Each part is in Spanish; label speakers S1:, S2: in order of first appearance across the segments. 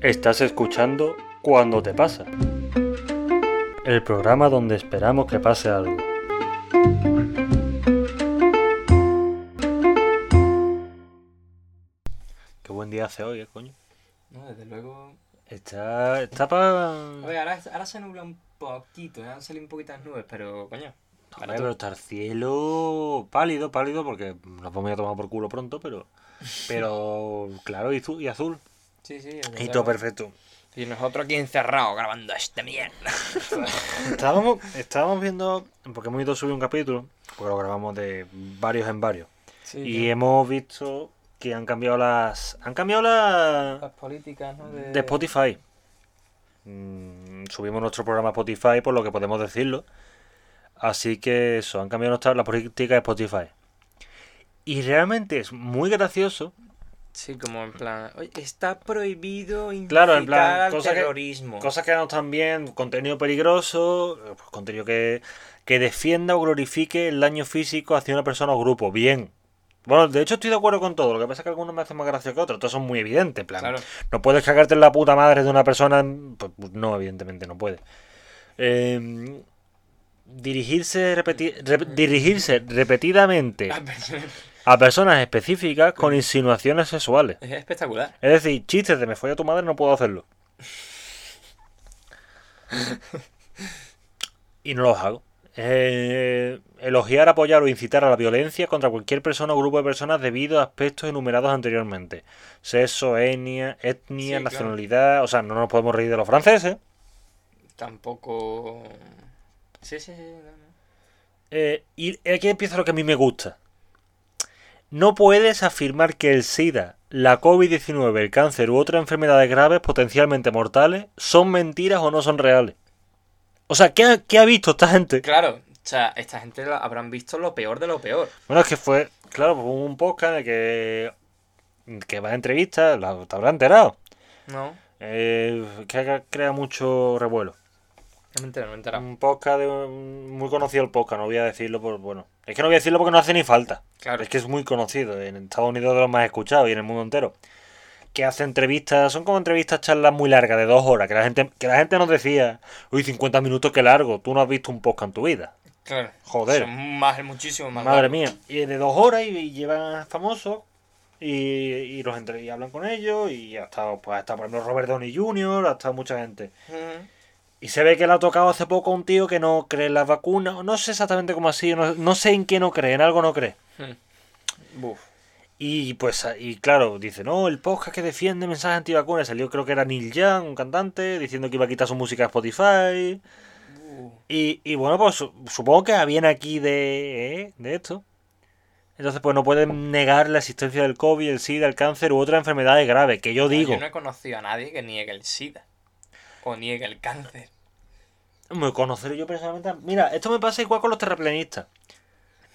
S1: Estás escuchando Cuando te pasa. El programa donde esperamos que pase algo. Qué buen día hace hoy, ¿eh, coño?
S2: No, desde luego.
S1: Está, está para...
S2: A ver, ahora, ahora se nubla un poquito, ¿eh? han salido un poquitas nubes, pero coño.
S1: Hombre, pero está el cielo pálido, pálido, porque nos vamos a tomar por culo pronto, pero... Pero claro, y, zu- y azul.
S2: Sí, sí. desde
S1: Y
S2: luego.
S1: todo perfecto.
S2: Y nosotros aquí encerrados grabando esta mierda.
S1: Estábamos, estábamos viendo, porque hemos ido a subir un capítulo, porque lo grabamos de varios en varios.
S2: Sí,
S1: Y hemos visto que han cambiado las. Han cambiado las.
S2: las políticas, ¿no?
S1: de Spotify. Mm, Subimos nuestro programa a Spotify, por lo que podemos decirlo. Así que eso, han cambiado nuestra, la política de Spotify. Y realmente es muy gracioso.
S2: Sí, como en plan, oye, está prohibido incitar
S1: Claro, en plan,
S2: al
S1: cosa que-
S2: terrorismo.
S1: Cosas que no están bien, contenido peligroso, eh, pues, contenido que, que defienda o glorifique el daño físico hacia una persona o grupo. Bien. Bueno, de hecho estoy de acuerdo con todo, lo que pasa es que algunos me hacen más gracia que otros, todos son muy evidentes, en plan.
S2: Claro.
S1: No puedes cagarte en la puta madre de una persona. Pues no, evidentemente no puede. Eh, dirigirse, repeti- rep- dirigirse repetidamente
S2: Las personas-
S1: a personas específicas con insinuaciones sexuales.
S2: Es espectacular.
S1: Es decir, chistes de me folla tu madre no puedo hacerlo. Y no los hago. Eh, elogiar, apoyar o incitar a la violencia contra cualquier persona o grupo de personas debido a aspectos enumerados anteriormente. Sexo, etnia, etnia
S2: Sí, claro.
S1: nacionalidad. O sea, no nos podemos reír de los franceses.
S2: Tampoco. Sí, sí, sí. no, no.
S1: Eh, y aquí empieza lo que a mí me gusta. No puedes afirmar que el SIDA, la COVID-19, el cáncer u otras enfermedades graves potencialmente mortales son mentiras o no son reales. O sea, ¿qué ha, qué ha visto esta gente?
S2: Claro, o sea, esta gente la- habrán visto lo peor de lo peor.
S1: Bueno, es que fue, claro, fue un podcast en el que, que va a entrevistas, la, te habrá enterado.
S2: No,
S1: Eh, que ha- crea mucho revuelo.
S2: no me entero, no me entero.
S1: Un podcast de un- muy conocido el podcast, no voy a decirlo por, bueno. Es que no voy a decirlo porque no hace ni falta.
S2: Claro.
S1: Es que es muy conocido, en Estados Unidos de los más escuchados y en el mundo entero. Que hace entrevistas, son como entrevistas, charlas muy largas, de dos horas, que la gente, que la gente nos decía, uy, 50 minutos que largo, tú no has visto un podcast en tu vida.
S2: Claro.
S1: Joder.
S2: Son más, muchísimo más.
S1: Madre
S2: largos.
S1: mía. Y es de dos horas y, y llevan a famosos y, y los entre, y hablan con ellos y ha estado, pues, ha estado, por ejemplo, Robert Downey Jr., ha estado mucha gente.
S2: Ujú.
S1: Y se ve que le ha tocado hace poco a un tío que no cree en las vacunas, o no sé exactamente cómo así, no, no sé en qué no cree, en algo no cree.
S2: Hmm. Buf.
S1: Y pues, y claro, dice, no, el podcast que defiende mensajes antivacunas. Salió, creo que era Neil Young, un cantante, diciendo que iba a quitar su música a Spotify.
S2: Buf.
S1: Y, y bueno, pues su- supongo que viene aquí de, ¿eh? de esto. Entonces, pues no pueden negar la existencia del COVID, el SIDA, el cáncer u otras enfermedades graves, que yo digo.
S2: Yo no he conocido a nadie que niegue el SIDA. O niegue el cáncer.
S1: Me conoceré yo personalmente. Mira, esto me pasa igual con los terraplenistas.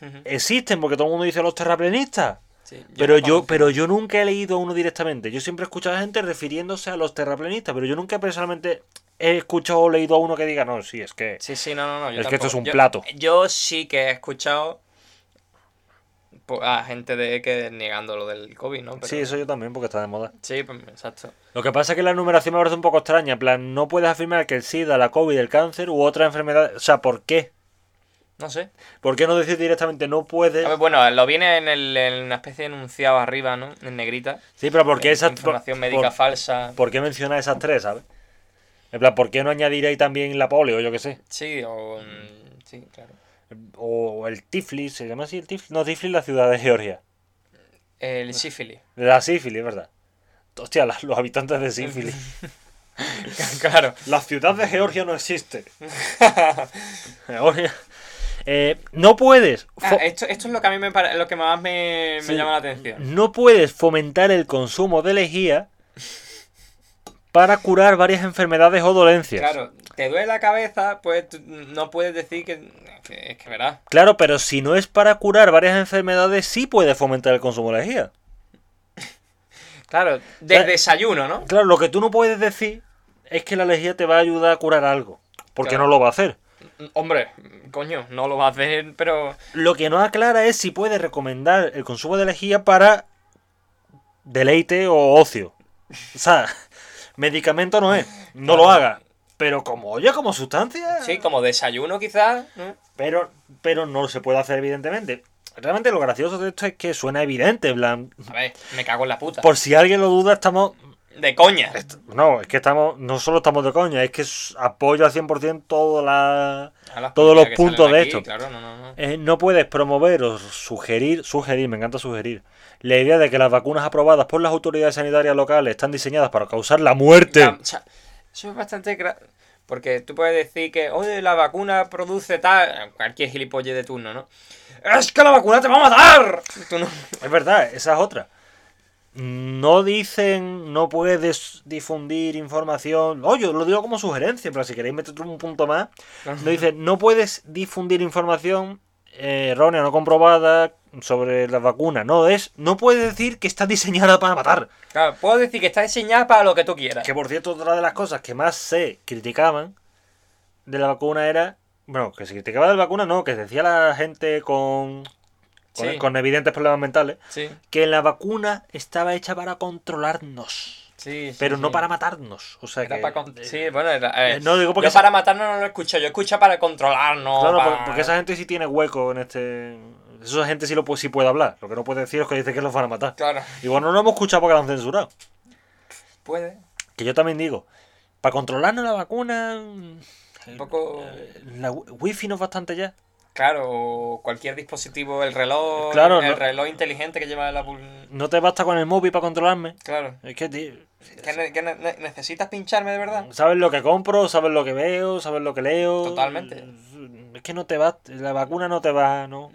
S2: Ujú.
S1: Existen, porque todo el mundo dice los terraplenistas.
S2: Sí, yo
S1: Pero
S2: no
S1: yo,
S2: conozco.
S1: pero yo nunca he leído a uno directamente. Yo siempre he escuchado a gente refiriéndose a los terraplenistas, pero yo nunca personalmente he escuchado o leído a uno que diga, no, sí, es que.
S2: Sí, sí, no, no, no. yo
S1: Es que esto es un
S2: Yo-
S1: plato.
S2: Yo sí que he escuchado po- a gente de que negando lo del COVID, ¿no? Pero-
S1: Sí, eso yo también, porque está de moda.
S2: Sí, pues, exacto.
S1: Lo que pasa es que la numeración me parece un poco extraña. En plan, no puedes afirmar que el SIDA, la COVID, el cáncer u otra enfermedad. O sea, ¿por qué?
S2: No sé.
S1: ¿Por qué no decir directamente no puedes?
S2: A ver, bueno, lo viene en, el- en una especie de enunciado arriba, ¿no? En negrita. Eh,
S1: Sí, pero ¿por qué esas
S2: Información
S1: por-
S2: médica
S1: por,
S2: falsa.
S1: ¿Por qué mencionar esas tres, sabes? En plan, ¿por qué no añadir ahí también la polio, yo qué sé?
S2: Sí, o. mm, Sí, claro.
S1: O el tiflis, ¿se llama así el tiflis? No, tiflis la ciudad de Georgia.
S2: El sífilis.
S1: De la sífilis, es ¿verdad? Hostia, la- los habitantes de sífilis.
S2: claro.
S1: La ciudad de Georgia no existe. Georgia. Eh, no puedes.
S2: Ah,
S1: fo-
S2: esto, esto es lo que a mí me pare- lo que más me, me
S1: Sí. Mm,
S2: llama la atención.
S1: No puedes fomentar el consumo de lejía para curar varias enfermedades o dolencias.
S2: Claro, te duele la cabeza, pues tú no puedes decir que. que- Es que verás.
S1: Claro, pero si no es para curar varias enfermedades, sí puedes fomentar el consumo de lejía.
S2: Claro, del
S1: Claro.
S2: desayuno, ¿no?
S1: Claro, lo que tú no puedes decir es que la lejía te va a ayudar a curar algo, porque
S2: Claro.
S1: no lo va a hacer.
S2: Hombre, coño, no lo va a hacer, pero.
S1: Lo que no aclara es si puede recomendar el consumo de lejía para deleite o ocio. O sea, medicamento no es, no lo haga. Pero como oye, como sustancia.
S2: Sí, como desayuno quizás. ¿no?
S1: Pero, pero no se puede hacer, evidentemente. Realmente lo gracioso de esto es que suena evidente, en plan,
S2: A ver, me cago en la puta.
S1: Por si alguien lo duda, estamos.
S2: De coña.
S1: No, es que estamos. No solo estamos de coña, es que s- apoyo al 100% toda la.
S2: A las
S1: todos los
S2: que
S1: puntos
S2: salen
S1: de
S2: aquí,
S1: esto.
S2: Claro, no, no, no.
S1: Eh, no puedes promover o sugerir, sugerir, me encanta sugerir, la idea de que las vacunas aprobadas por las autoridades sanitarias locales están diseñadas para causar la muerte.
S2: La- o sea, eso es bastante. gra- Porque tú puedes decir que, oye, la vacuna produce tal. Cualquier gilipolle de turno, ¿no? ¡Es que la vacuna te va a matar! Tú no-
S1: Es verdad, esa es otra. No dicen, no puedes difundir información. No, yo lo digo como sugerencia, pero si queréis meter un punto más. No dicen, no puedes difundir información eh, errónea, no comprobada sobre la vacuna. No, es, no puedes decir que está diseñada para matar.
S2: Claro, puedo decir que está diseñada para lo que tú quieras.
S1: Que por cierto, otra de las cosas que más se criticaban de la vacuna era. Bueno, que se criticaba de la vacuna, no, que decía la gente con. con,
S2: Sí.
S1: con evidentes problemas mentales.
S2: Sí,
S1: Que la vacuna estaba hecha para controlarnos.
S2: sí. sí,
S1: Pero no
S2: sí.
S1: para matarnos. O sea
S2: Era
S1: que.
S2: para con- Sí, bueno, era- eh,
S1: no digo porque
S2: yo
S1: se-
S2: para matarnos no lo escucho, yo escucho para controlarnos.
S1: Claro,
S2: para-
S1: por- porque esa gente sí tiene hueco en este. Esa gente sí, lo, pu- sí puede hablar. Lo que no puede decir es que dice que los van a matar.
S2: Claro,
S1: Igual no lo hemos escuchado porque lo han censurado.
S2: puede.
S1: Que yo también digo, para controlarnos la vacuna. eh,
S2: Un poco.
S1: La wi- wifi no es bastante ya.
S2: Claro, o cualquier dispositivo, el reloj.
S1: Claro,
S2: el
S1: no-
S2: reloj inteligente que lleva la. pul-
S1: No te basta con el móvil para controlarme.
S2: Claro.
S1: Es que, tío,
S2: ¿Que ne- que ne- ne- ¿Necesitas pincharme de verdad?
S1: sabes lo que compro, sabes lo que veo, sabes lo que leo.
S2: Totalmente.
S1: Es que no te va, la vacuna no te va, ¿no?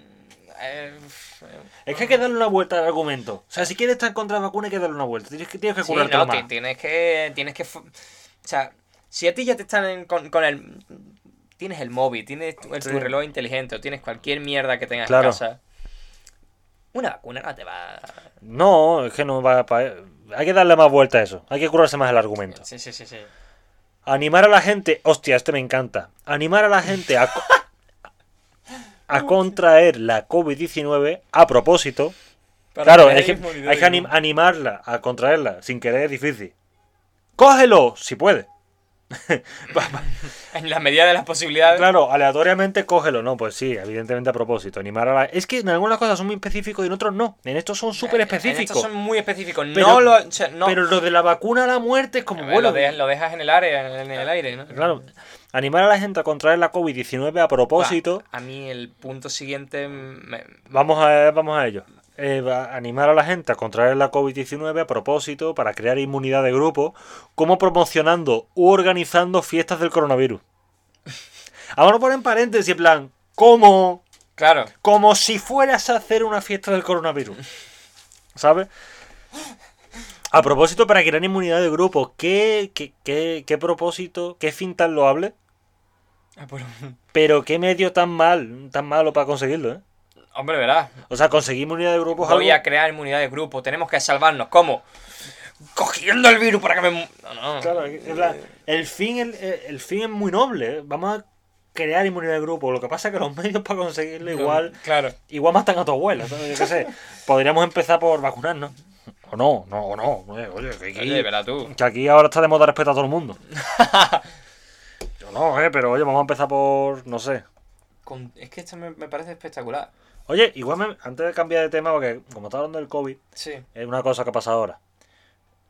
S2: Eh,
S1: Es que hay que darle una vuelta al argumento. O sea, si quieres estar contra la vacuna, hay que darle una vuelta. Tienes que, tienes que
S2: sí,
S1: currártelo
S2: no,
S1: más.
S2: ti- tienes que. Tienes que. fu- O sea, si a ti ya te están en- con, con el. Tienes el móvil, tienes tu, el- tu
S1: Sí.
S2: reloj inteligente, o tienes cualquier mierda que tengas
S1: Claro.
S2: en casa. Una vacuna no te va.
S1: No, es que no va para. Hay que darle más vuelta a eso. Hay que curarse más el argumento.
S2: Sí, sí, sí, sí.
S1: Animar a la gente. Hostia, este me encanta. Animar a la gente a, co- a contraer la COVID-19 a propósito. claro, hay que, hay que anim- animarla a contraerla sin querer, es difícil. ¡Cógelo! Si puede.
S2: En la medida de las posibilidades.
S1: Claro, aleatoriamente cógelo. No, pues sí, evidentemente a propósito. Animar a la. Es que en algunas cosas son muy específicos y en otros no. En estos son súper
S2: En estos
S1: específicos.
S2: son muy específicos.
S1: Pero-
S2: no lo. o sea, no-
S1: Pero lo de la vacuna a la muerte es
S2: A
S1: como
S2: ver,
S1: bueno.
S2: lo, de- lo dejas en el área, en el aire, ¿no?
S1: Claro, animar a la gente a contraer la COVID-19 a propósito.
S2: A mí el punto siguiente me-
S1: Vamos a, vamos a ello. Eh, va- animar a la gente a contraer la COVID-19 a propósito para crear inmunidad de grupo, como promocionando u organizando fiestas del coronavirus. Ahora ponen paréntesis, en plan, como,
S2: Claro,
S1: como si fueras a hacer una fiesta del coronavirus. ¿Sabes? A propósito, para crear inmunidad de grupo, ¿qué, qué, qué, qué propósito, qué fin tan loable?
S2: Ah, pues,
S1: Pero qué medio tan mal, tan malo para conseguirlo, ¿eh?
S2: hombre, verás.
S1: O sea, conseguir inmunidad de grupos
S2: Voy a
S1: algo-
S2: crear inmunidad de grupo, tenemos que salvarnos. ¿Cómo? Cogiendo el virus para que me. mu- No, no.
S1: Claro, es la-
S2: Eh.
S1: el fin el, el fin es muy noble. ¿eh? Vamos a crear inmunidad de grupo. Lo que pasa es que los medios para conseguirlo igual
S2: Claro.
S1: igual matan a tu abuela, ¿sabes? Yo qué sé. Podríamos empezar por vacunarnos. O no, no, o no. Eh, Oye, que aquí,
S2: Oye, verás tú.
S1: que aquí ahora está de moda respeto a todo el mundo. Yo no, eh, pero oye, vamos a empezar por, no sé,
S2: Con- Es que esto me, me parece espectacular.
S1: Oye, igual me- antes de cambiar de tema, porque como está hablando del COVID,
S2: Sí.
S1: es una cosa que ha pasado ahora.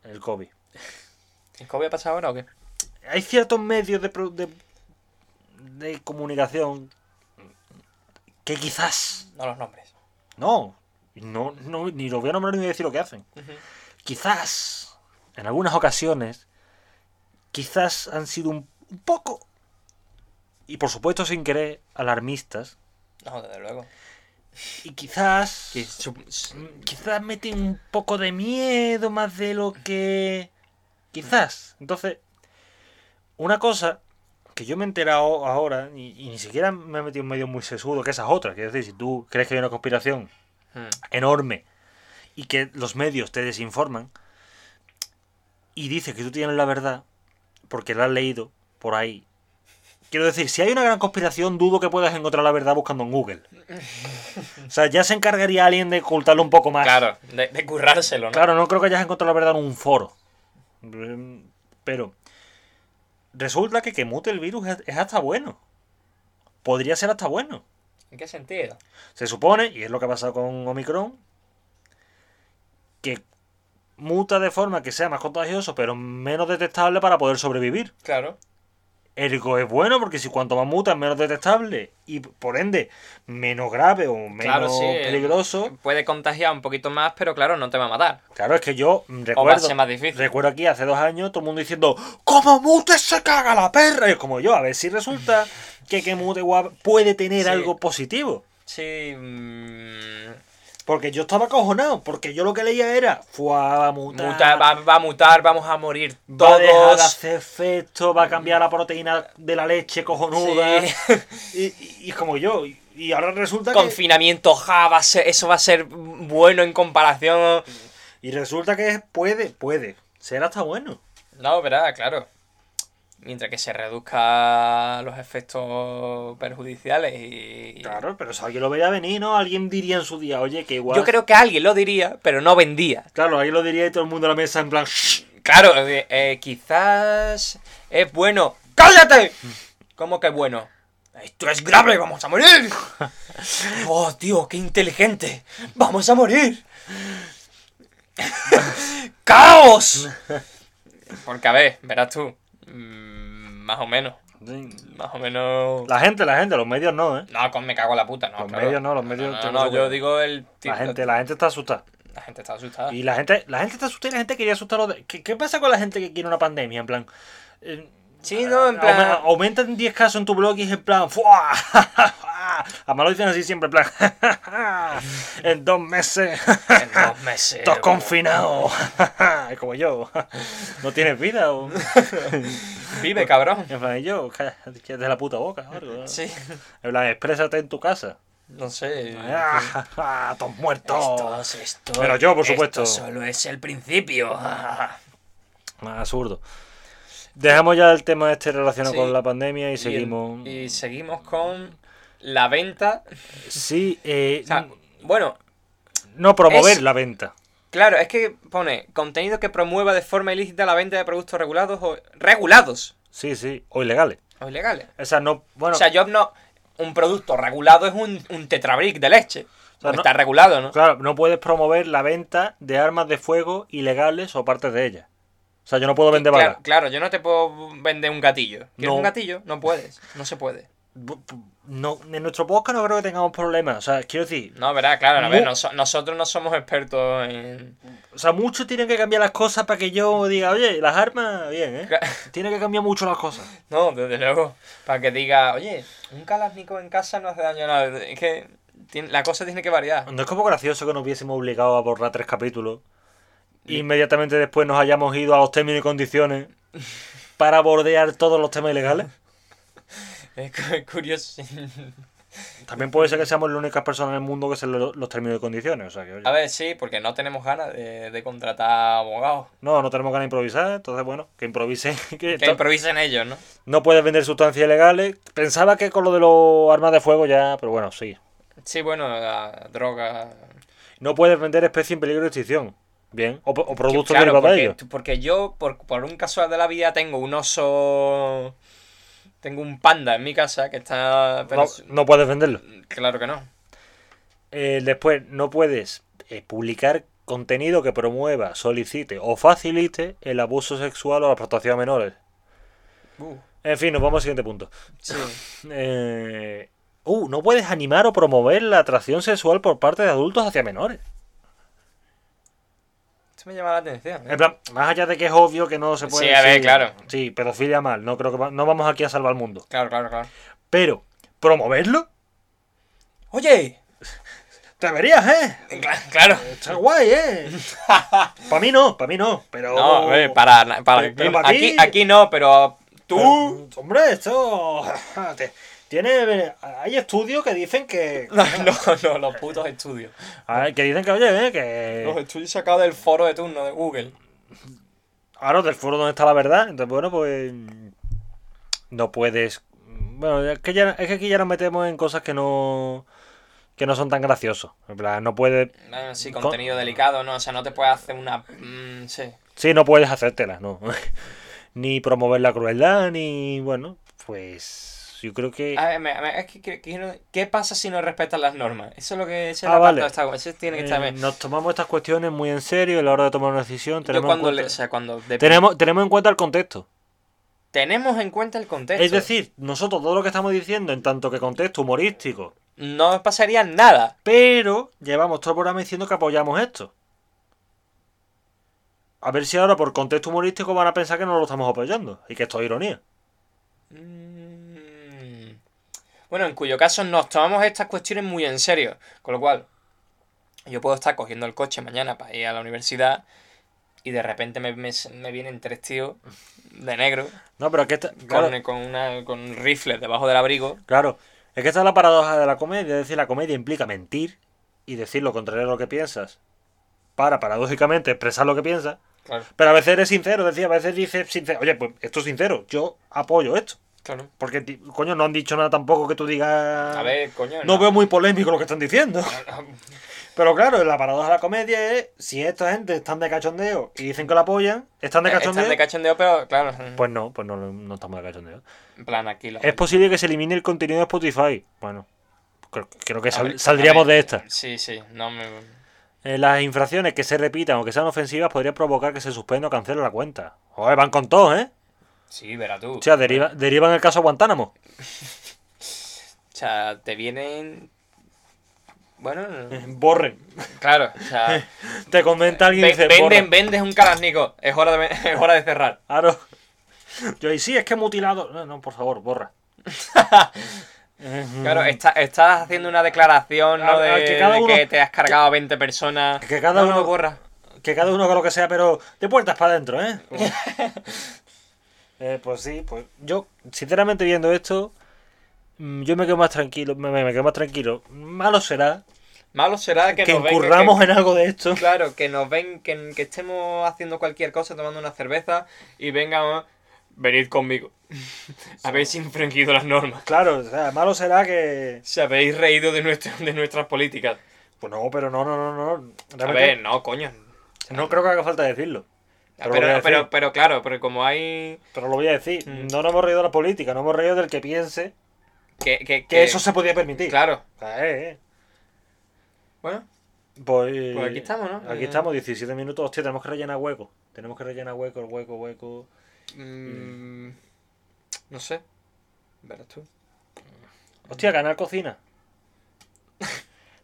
S1: El COVID.
S2: ¿El COVID ha pasado ahora o qué?
S1: Hay ciertos medios de, pro- de, de comunicación que quizás...
S2: No los nombres.
S1: No, no, no, ni lo voy a nombrar ni voy a decir lo que hacen.
S2: Ujú.
S1: Quizás, en algunas ocasiones, quizás han sido un, un poco... Y por supuesto sin querer alarmistas.
S2: No, desde luego.
S1: Y quizás...
S2: Que sup- su-
S1: Mm, quizás meten un poco de miedo más de lo que quizás entonces una cosa que yo me he enterado ahora y, y ni siquiera me he metido en medio muy sesudo que esas otras quiero decir si tú crees que hay una conspiración
S2: Mm.
S1: enorme y que los medios te desinforman y dices que tú tienes la verdad porque la has leído por ahí Quiero decir, si hay una gran conspiración, dudo que puedas encontrar la verdad buscando en Google. O sea, ya se encargaría alguien de ocultarlo un poco más.
S2: Claro, de, de currárselo, ¿no?
S1: Claro, no creo que hayas encontrado la verdad en un foro. Mm, Pero resulta que que mute el virus es- es hasta bueno. Podría ser hasta bueno.
S2: ¿En qué sentido?
S1: Se supone, y es lo que ha pasado con Omicron, que muta de forma que sea más contagioso, pero menos detectable para poder sobrevivir.
S2: Claro.
S1: Ergo es bueno porque si cuanto más muta es menos detectable y por ende menos grave o menos
S2: Claro, sí. eh,
S1: peligroso.
S2: Puede contagiar un poquito más, pero claro, no te va a matar.
S1: Claro, es que yo mm,
S2: O va a
S1: recuerdo,
S2: ser más difícil.
S1: recuerdo aquí hace dos años todo el mundo diciendo ¡Como mute se caga la perra! Y es como yo, a ver si resulta que que mute guap- puede tener
S2: Sí.
S1: algo positivo.
S2: Sí. mm,
S1: Porque yo estaba acojonado, porque yo lo que leía era ¡Fua, muta,
S2: muta- va, va a mutar, vamos a morir
S1: va a dejar de
S2: todos. Mm.
S1: hacer efecto, va a cambiar la proteína de la leche cojonuda! Y, y- y es como yo, y, y ahora resulta que...
S2: Confinamiento Java, va a ser- eso va a ser bueno en comparación.
S1: Y resulta que es- puede, puede. Será hasta bueno.
S2: No, verá, claro. Mientras que se reduzca los efectos perjudiciales y.
S1: Claro, pero si alguien lo veía venir, ¿no? Alguien diría en su día, oye, que igual.
S2: Yo creo que alguien lo diría, pero no vendía.
S1: Claro, ahí lo diría y todo el mundo a la mesa en plan. "Shh".
S2: Claro, eh, eh, quizás es bueno. ¡Cállate! ¿Cómo que bueno? Esto es grave, vamos a morir. Oh, tío, qué inteligente. Vamos a morir. ¡Caos! Porque a ver, verás tú. mm, Más o menos. Más o menos.
S1: La gente, la gente, los medios no, ¿eh?
S2: No, con me cago en la puta, no.
S1: Los
S2: claro.
S1: medios no, los medios
S2: No,
S1: te
S2: no,
S1: lo
S2: no,
S1: aseguran.
S2: yo digo el.
S1: La gente, la gente está asustada.
S2: la gente está asustada.
S1: Y la gente, la gente está asustada y la gente quería asustar. ¿Qué, ¿Qué pasa con la gente que quiere una pandemia? En plan. eh,
S2: Sí, no, en
S1: auma-
S2: plan.
S1: Aumentan 10 casos en tu blog y es en plan. ¡Fua! Además lo dicen así siempre, en plan. en dos meses.
S2: En dos meses.
S1: Estás confinado. Es como yo. No tienes vida. O...
S2: Vive, cabrón.
S1: En plan, y yo, quédate de la puta boca. o algo, ¿no?
S2: Sí.
S1: En plan, exprésate en tu casa.
S2: No sé.
S1: Ah, Estás muerto.
S2: Esto, esto.
S1: Pero yo, por supuesto.
S2: Esto solo es el principio.
S1: Absurdo. Dejamos ya el tema este relacionado
S2: Sí.
S1: con la pandemia y
S2: Y
S1: seguimos.
S2: el- Y, seguimos con la venta.
S1: Sí, eh,
S2: O sea, bueno,
S1: no promover
S2: es-
S1: la venta.
S2: claro, es que pone contenido que promueva de forma ilícita la venta de productos regulados o regulados
S1: Sí, sí, o ilegales.
S2: o ilegales.
S1: O sea, no. Bueno,
S2: O sea, yo no. Un producto regulado es un, un tetrabric de leche.
S1: sea,
S2: Porque
S1: no-
S2: está regulado, ¿no?
S1: Claro, no puedes promover la venta de armas de fuego ilegales o partes de ellas. O sea, yo no puedo vender balas.
S2: Claro, claro, yo no te puedo vender un gatillo. ¿Quieres
S1: No.
S2: un gatillo? No puedes. No se puede.
S1: Bu- pu- No, en nuestro podcast no creo que tengamos problemas. O sea, quiero decir,
S2: No, verá, claro, a ver,
S1: Mu-
S2: noso- nosotros no somos expertos en.
S1: o sea, mucho tienen que cambiar las cosas para que yo diga, oye, las armas, bien, ¿eh?
S2: Claro.
S1: Tiene que cambiar mucho las cosas.
S2: No, desde luego. Para que diga, oye, un Kalashnikov en casa no hace daño a nadie. Es que tiene- la cosa tiene que variar.
S1: No es como gracioso que nos hubiésemos obligado a borrar tres capítulos. e Inmediatamente después nos hayamos ido a los términos y condiciones para bordear todos los temas ilegales.
S2: Es cu- curioso.
S1: También puede ser que seamos las únicas personas en el mundo que se lo- los términos y condiciones. O sea, que, oye,
S2: A ver, sí, porque no tenemos ganas de, de contratar abogados.
S1: no, no tenemos ganas de improvisar, entonces bueno, que improvise. que
S2: Que
S1: to-
S2: improvisen ellos, ¿no?
S1: no puedes vender sustancias ilegales. Pensaba que con lo de los armas de fuego ya, pero bueno, sí.
S2: Sí, bueno, la droga.
S1: No puedes vender especie en peligro de extinción. Bien. O, o productos
S2: Claro,
S1: derivados de
S2: porque,
S1: ellos.
S2: porque yo, por, por un casual de la vida, tengo un oso. Tengo un panda en mi casa que está. pero
S1: No,
S2: es-
S1: no puedes venderlo.
S2: Claro que no.
S1: Eh, después, no puedes eh, publicar contenido que promueva, solicite o facilite el abuso sexual o la explotación a menores.
S2: Uh,
S1: En fin, nos vamos al siguiente punto.
S2: sí.
S1: Eh, uh, no puedes animar o promover la atracción sexual por parte de adultos hacia menores.
S2: Esto me llama la atención. ¿eh?
S1: En plan, más allá de que es obvio que no se
S2: Sí,
S1: puede.
S2: a ver, claro.
S1: Sí, pedofilia mal. No creo que va- no vamos aquí a salvar el mundo.
S2: Claro, claro, claro.
S1: Pero, ¿promoverlo?
S2: ¡Oye!
S1: Te verías, ¿eh?
S2: Cla- Claro.
S1: Está guay, ¿eh? para mí no, para mí no. Pero.
S2: No, a ver, para, na- para-
S1: Pero- pero para
S2: aquí,
S1: ti-
S2: aquí no, pero tú.
S1: Pero, hombre, esto. te- Tiene. Hay estudios que dicen que.
S2: No, no, no, los putos estudios.
S1: Ah, Que dicen que, oye, eh, que.
S2: estudios sacados del foro de turno de Google.
S1: Ahora del foro donde está la verdad. Entonces, bueno, pues. No puedes mm, Bueno, es que, ya, es que aquí ya nos metemos en cosas que no que no son tan graciosos. En plan, no puedes
S2: Bueno, Ah, sí,
S1: Con-
S2: contenido delicado, ¿no? O sea, no te puedes hacer una... mm, sí.
S1: Sí, no puedes hacértela, no. ni promover la crueldad, ni. Bueno, pues. Yo creo que.
S2: A ver, me- me- es que quiero- quiero- ¿Qué pasa si no respetan las normas? Eso es lo que... ese es
S1: Ah,
S2: el
S1: vale.
S2: apartado, está- ese tiene que estar
S1: eh,
S2: bien.
S1: nos tomamos estas cuestiones muy en serio a la hora de tomar una decisión.
S2: Yo
S1: Tenemos, en,
S2: cuando...
S1: cuenta,
S2: le- o sea, cuando de-
S1: tenemos, tenemos en cuenta el contexto.
S2: Tenemos en cuenta el contexto.
S1: Es decir, nosotros todo lo que estamos diciendo, en tanto que contexto humorístico,
S2: No pasaría nada.
S1: pero llevamos todo el programa diciendo que apoyamos esto. A ver si ahora por contexto humorístico van a pensar que no lo estamos apoyando y que esto es ironía.
S2: Mm. Bueno, en cuyo caso nos tomamos estas cuestiones muy en serio. Con lo cual, yo puedo estar cogiendo el coche mañana para ir a la universidad y de repente me, me- me vienen tres tíos de negro
S1: No, pero es que esta-
S2: con,
S1: claro,
S2: con una, con un rifle debajo del abrigo.
S1: Claro, es que esta es la paradoja de la comedia, es decir, la comedia implica mentir y decir lo contrario a lo que piensas, para paradójicamente expresar lo que piensas,
S2: Claro,
S1: pero a veces eres sincero, es decir, a veces dices sincero, oye, pues esto es sincero, yo apoyo esto,
S2: claro.
S1: porque ti- coño, no han dicho nada tampoco que tú digas...
S2: A ver, coño.
S1: No veo muy polémico lo que están diciendo.
S2: no-
S1: Pero claro, la paradoja de la comedia es, si esta gente están de cachondeo y dicen que la apoyan, están de cachondeo...
S2: Eh, Están de cachondeo, pero claro.
S1: Pues no, pues no, no estamos de cachondeo.
S2: En plan, aquí lo-
S1: Es posible que se elimine el contenido de Spotify. Bueno, creo, creo que
S2: A
S1: sal-
S2: ver,
S1: saldríamos
S2: a ver,
S1: de esta.
S2: Sí, sí. No me...
S1: Eh, las infracciones que se repitan o que sean ofensivas podrían provocar que se suspenda o cancele la cuenta. Joder, van con todos, ¿eh?
S2: Sí, verá tú.
S1: O sea, deriva- derivan el caso a Guantánamo.
S2: O sea, te vienen. Bueno,
S1: Borren.
S2: claro, o sea,
S1: Te comenta alguien y
S2: ve-
S1: dice,
S2: venden,
S1: borren.
S2: vendes un carasnico, es hora de, ven- es hora de cerrar.
S1: Claro. Yo, y sí, es que he mutilado. No, no, por favor, borra. Ujú.
S2: Claro, está- estás haciendo una declaración, ¿no?
S1: A- a
S2: De de
S1: Mm. que
S2: que,
S1: cada uno-
S2: te has cargado a 20 personas.
S1: Que cada
S2: No, no,
S1: uno-
S2: borra.
S1: Que cada uno haga lo que sea, pero de puertas para adentro, ¿eh? Eh, Pues sí, pues yo, sinceramente viendo esto, mm, yo me quedo más tranquilo, me, me- me quedo más tranquilo. Malo será
S2: Malo será que,
S1: que,
S2: nos ven-
S1: incurramos
S2: que-
S1: en algo de esto.
S2: Claro, que nos ven, que, que estemos haciendo cualquier cosa, tomando una cerveza y vengan. Venid conmigo. Habéis infringido las normas.
S1: Claro, o sea, malo será que...
S2: Se habéis reído de, nuestro, de nuestras políticas.
S1: Pues no, pero no, no, no, no.
S2: A
S1: Realmente
S2: ver, no, coño.
S1: No creo que haga falta decirlo.
S2: Ah,
S1: Pero, lo voy a
S2: Pero,
S1: decir.
S2: pero, pero claro, pero como hay.
S1: Pero lo voy a decir.
S2: Mm.
S1: No nos hemos reído de la política, no hemos reído del que piense
S2: Que, que,
S1: que
S2: que-
S1: eso se podía permitir.
S2: Claro.
S1: O sea, eh, eh.
S2: Bueno,
S1: Pues,
S2: Pues aquí estamos, ¿no?
S1: Aquí
S2: Eh.
S1: estamos, 17 minutos. Hostia, tenemos que rellenar hueco. Tenemos que rellenar hueco, el hueco, hueco.
S2: mm, no sé. Verás tú.
S1: Hostia, Canal Cocina.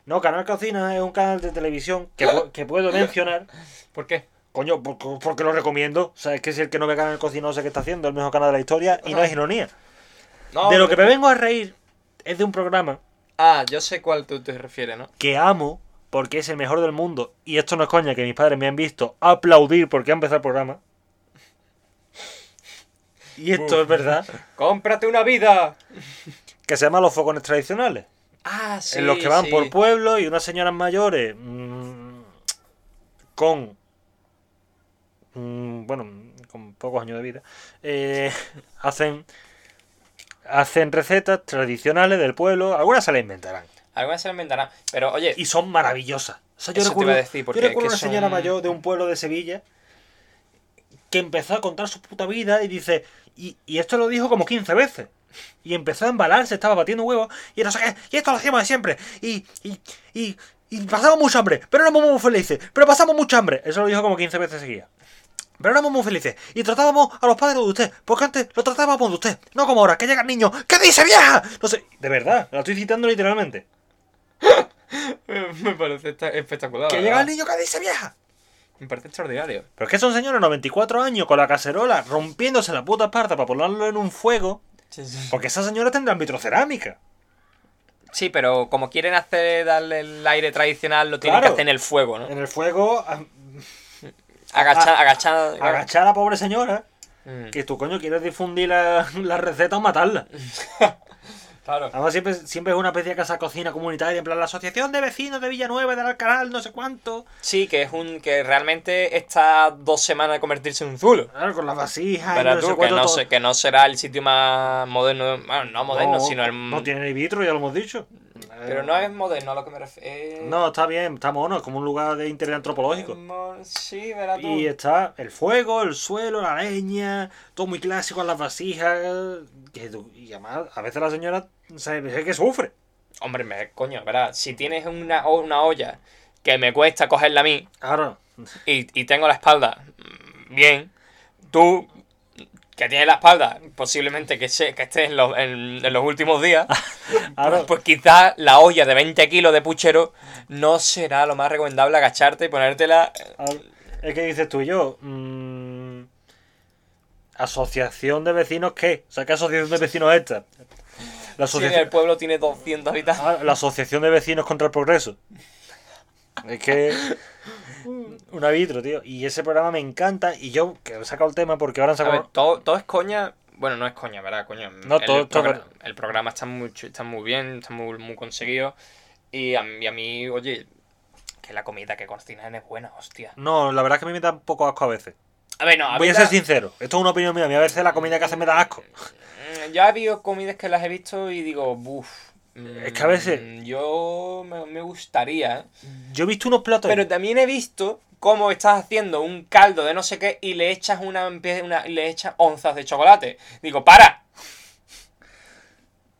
S1: No, Canal Cocina es un canal de televisión que, pu- que puedo mencionar.
S2: ¿Por qué?
S1: Coño, por- por- porque lo recomiendo. O sea, es que si el que no ve Canal Cocina no sé qué está haciendo, el mejor canal de la historia y no es ironía.
S2: No,
S1: de lo que
S2: pero-
S1: me vengo a reír es de un programa
S2: Ah, yo sé cuál tú te refieres, ¿no?
S1: que amo porque es el mejor del mundo. Y esto no es coña, que mis padres me han visto aplaudir porque ha empezado el programa. Y esto
S2: Uf.
S1: es verdad.
S2: ¡Cómprate una vida!
S1: Que se llama Los Focones Tradicionales.
S2: Ah, sí.
S1: en los que van
S2: sí.
S1: por pueblo y unas señoras mayores mm, con... mm, bueno, con pocos años de vida. eh, hacen... Hacen recetas tradicionales del pueblo. Algunas se las inventarán.
S2: Algunas se lo inventarán. Pero oye,
S1: y son maravillosas. O sea, yo
S2: Eso te
S1: recuerdo,
S2: iba a decir,
S1: yo
S2: porque
S1: recuerdo
S2: es
S1: una
S2: que
S1: señora
S2: son-
S1: mayor de un pueblo de Sevilla que empezó a contar su puta vida y dice, y, y esto lo dijo como 15 veces. Y empezó a embalarse, estaba batiendo huevos, y no sé qué, y esto lo hacíamos de siempre. Y, y, y, y pasamos mucha hambre, pero éramos muy felices, pero pasamos mucha hambre. Eso lo dijo como 15 veces seguidas. Pero éramos muy felices y tratábamos a los padres de usted, porque antes lo tratábamos de usted, no como ahora, que llegan niños. ¿Qué dice vieja? No sé, de verdad, la estoy citando literalmente.
S2: me parece esta- espectacular.
S1: Que
S2: la
S1: llega el
S2: verdad.
S1: niño, ¿qué dice vieja?
S2: Me parece extraordinario.
S1: Pero es que son señores 94 años con la cacerola rompiéndose la puta parta para ponerlo en un fuego. Porque esas señoras tendrán vitrocerámica.
S2: Sí, pero como quieren hacer darle el aire tradicional, lo tienen
S1: Claro.
S2: que hacer en el fuego, ¿no?
S1: En el fuego, a-
S2: Agachar, agachar.
S1: agachar a la pobre señora.
S2: Mm.
S1: Que tú, coño, quieres difundir la, la receta o matarla.
S2: Claro.
S1: Además, siempre, siempre es una especie de casa cocina comunitaria, en plan la Asociación de Vecinos de Villanueva, del Alcaral, no sé cuánto.
S2: Sí, que es un. que realmente está a dos semanas de convertirse en un zulo.
S1: Claro, con las vasijas. y
S2: Pero
S1: no sé
S2: tú, que
S1: cuánto,
S2: no,
S1: todo.
S2: se- que no será el sitio más moderno. Bueno, no moderno,
S1: No,
S2: sino el.
S1: No tiene ni vitro, ya lo hemos dicho. Eh,
S2: Pero no es moderno a lo que me eh, refiero.
S1: No, está bien, está mono, es como un lugar de interés antropológico.
S2: Mo- Sí, verás tú.
S1: Y está el fuego, el suelo, la leña, todo muy clásico en las vasijas. que tú- Y además, a veces la señora se ve que sufre.
S2: Hombre, me, coño, verás, si tienes una, o- una olla que me cuesta cogerla a mí
S1: Claro,
S2: y, y tengo la espalda mm, bien, tú que tienes la espalda posiblemente que, se, que estés en los, en- en los últimos días,
S1: claro.
S2: pues quizás la olla de 20 kilos de puchero no será lo más recomendable agacharte y ponértela... eh,
S1: Ah, Es que dices tú y yo. mm, asociación de vecinos, ¿qué? O sea, ¿qué asociación de vecinos es esta? La
S2: Si en el
S1: asociación,
S2: pueblo tiene 200 habitantes.
S1: Ah, la asociación de vecinos contra el progreso. Es que. Un vitro, tío. Y ese programa me encanta. Y yo, que he sacado el tema porque ahora han
S2: A
S1: sacado.
S2: ver, todo, todo es coña. Bueno, no es coña, ¿verdad? Coño.
S1: No,
S2: el,
S1: todo- todo-
S2: programa- el programa está muy, chu- está muy bien, está muy, muy conseguido. Y a, mí- a mí, oye, que la comida que cocinan es buena, hostia.
S1: No, la verdad es que a mí me da un poco asco a veces.
S2: A ver, no, a
S1: Voy a
S2: mí
S1: ser
S2: la-
S1: sincero. Esto es una opinión mía. A mí a veces la comida que hace me da asco.
S2: Mm, Yo he habido comidas que las he visto y digo, uff.
S1: Es que a veces-
S2: Yo me, me gustaría, ¿eh?
S1: Yo he visto unos platos.
S2: Pero también he visto cómo estás haciendo un caldo de no sé qué y le echas una, empie- una- y le echas onzas de chocolate. Digo, para.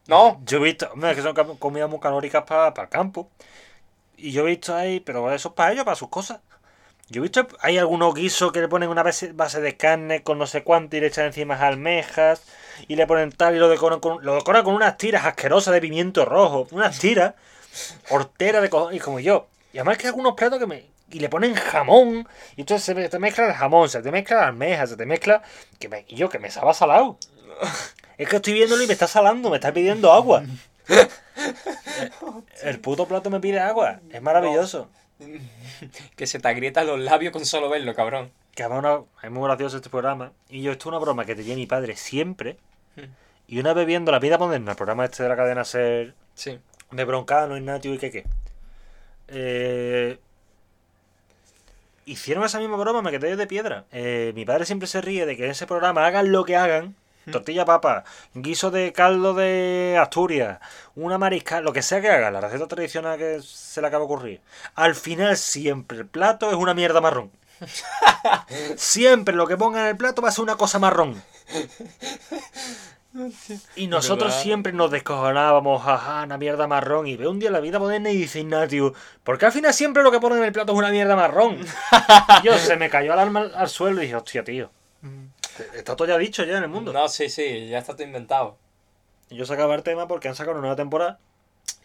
S2: No.
S1: Yo he visto, hombre, es que son cam- comidas muy calóricas para el campo. Y yo he visto ahí, pero eso es para ellos, para sus cosas. Yo he visto, hay algunos guisos que le ponen una base, base de carne con no sé cuánto y le echan encima almejas y le ponen tal y lo decoran con, lo decoran con unas tiras asquerosas de pimiento rojo. Unas tiras horteras de cojones, como yo. Y además que hay algunos platos que me... Y le ponen jamón, y entonces se me- te mezcla el jamón, se te mezcla la almeja, se te mezcla... Que me, y yo, que me estaba salado. Es que estoy viéndolo y me está salando, me está pidiendo agua. El puto plato me pide agua. Es maravilloso.
S2: Que se te agrietan los labios con solo verlo, cabrón.
S1: Que además una- es muy gracioso este programa. Y yo, esto es una broma que tenía mi padre siempre. Y una vez viendo La vida moderna, el programa este de la cadena Ser
S2: Sí.
S1: de Broncano, Ignatio y Keke. Eh, hicieron esa misma broma, me quedé yo de piedra. Eh, mi padre siempre se ríe de que en ese programa hagan lo que hagan. Tortilla papa, guiso de caldo de Asturias, una marisca, lo que sea que haga, la receta tradicional que se le acaba de ocurrir. Al final siempre el plato es una mierda marrón. Siempre lo que pongan en el plato va a ser una cosa marrón. Y nosotros
S2: ¿Verdad?
S1: siempre nos descojonábamos, jaja, una mierda marrón. Y ve un día la vida moderna y dice Ignatius, ¿por qué al final siempre lo que ponen en el plato es una mierda marrón? Y yo se me cayó el alma al, al suelo y dije, hostia, tío. Mm. Está todo ya dicho ya en el mundo.
S2: No, sí, sí, ya está todo inventado.
S1: Y Yo sacaba el tema porque han sacado una nueva temporada.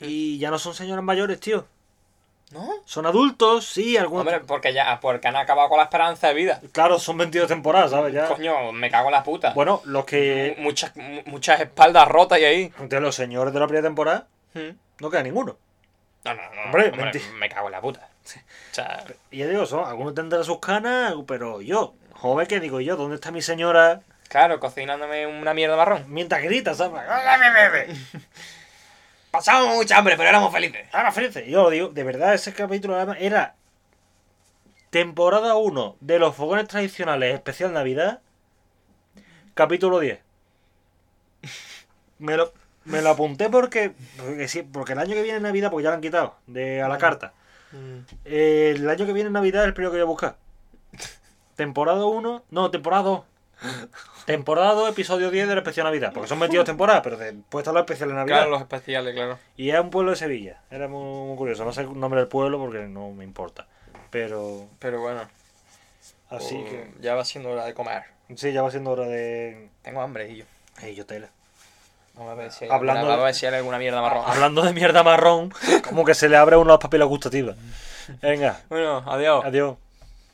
S1: Y ya no son señoras mayores, tío.
S2: ¿No?
S1: Son adultos, sí, algunos.
S2: Hombre, porque ya, porque han acabado con la esperanza de vida.
S1: Claro, son 22 temporadas, ¿sabes? Ya.
S2: Coño, me cago en las putas.
S1: Bueno, eh, los que.
S2: Muchas, mu- muchas espaldas rotas y ahí.
S1: De los señores de la primera temporada,
S2: ¿Mm?
S1: no queda ninguno.
S2: No, no, no.
S1: Hombre,
S2: Hombre,
S1: menti-
S2: me cago en la puta. O sea,
S1: Y ya digo, son, algunos tendrán sus canas, pero yo, joven, que digo yo, ¿dónde está mi señora?
S2: claro, cocinándome una mierda marrón.
S1: Mientras grita, ¿sabes?
S2: Pasamos mucha hambre, pero éramos felices.
S1: Ahora felices. Ah, Yo lo digo, de verdad, ese capítulo además, era temporada 1 de los fogones tradicionales, especial Navidad, capítulo 10. Me lo, me lo apunté porque, porque, sí, porque el año que viene es Navidad, porque ya lo han quitado, de a la carta. Eh, el año que viene es Navidad es el primero que voy a buscar. Temporada 1, no, temporada 2. Temporada 2, episodio 10 de la especial Navidad. Porque son 22 temporadas, pero después está la especial de Navidad.
S2: Claro, los especiales, claro.
S1: Y era un pueblo de Sevilla. Era muy, muy curioso. No sé el nombre del pueblo porque no me importa. Pero
S2: Pero bueno,
S1: así
S2: uh,
S1: que.
S2: ya va siendo hora de comer.
S1: Sí, ya va siendo hora de.
S2: Tengo hambre y yo.
S1: Ey, yo tela.
S2: Vamos a ver si hay,
S1: Hablando
S2: alguna-
S1: de- Ah,
S2: vamos a ver si hay alguna mierda marrón.
S1: Hablando de mierda marrón, como que se le abre uno las papilas gustativas. Venga,
S2: Bueno, adiós.
S1: adiós.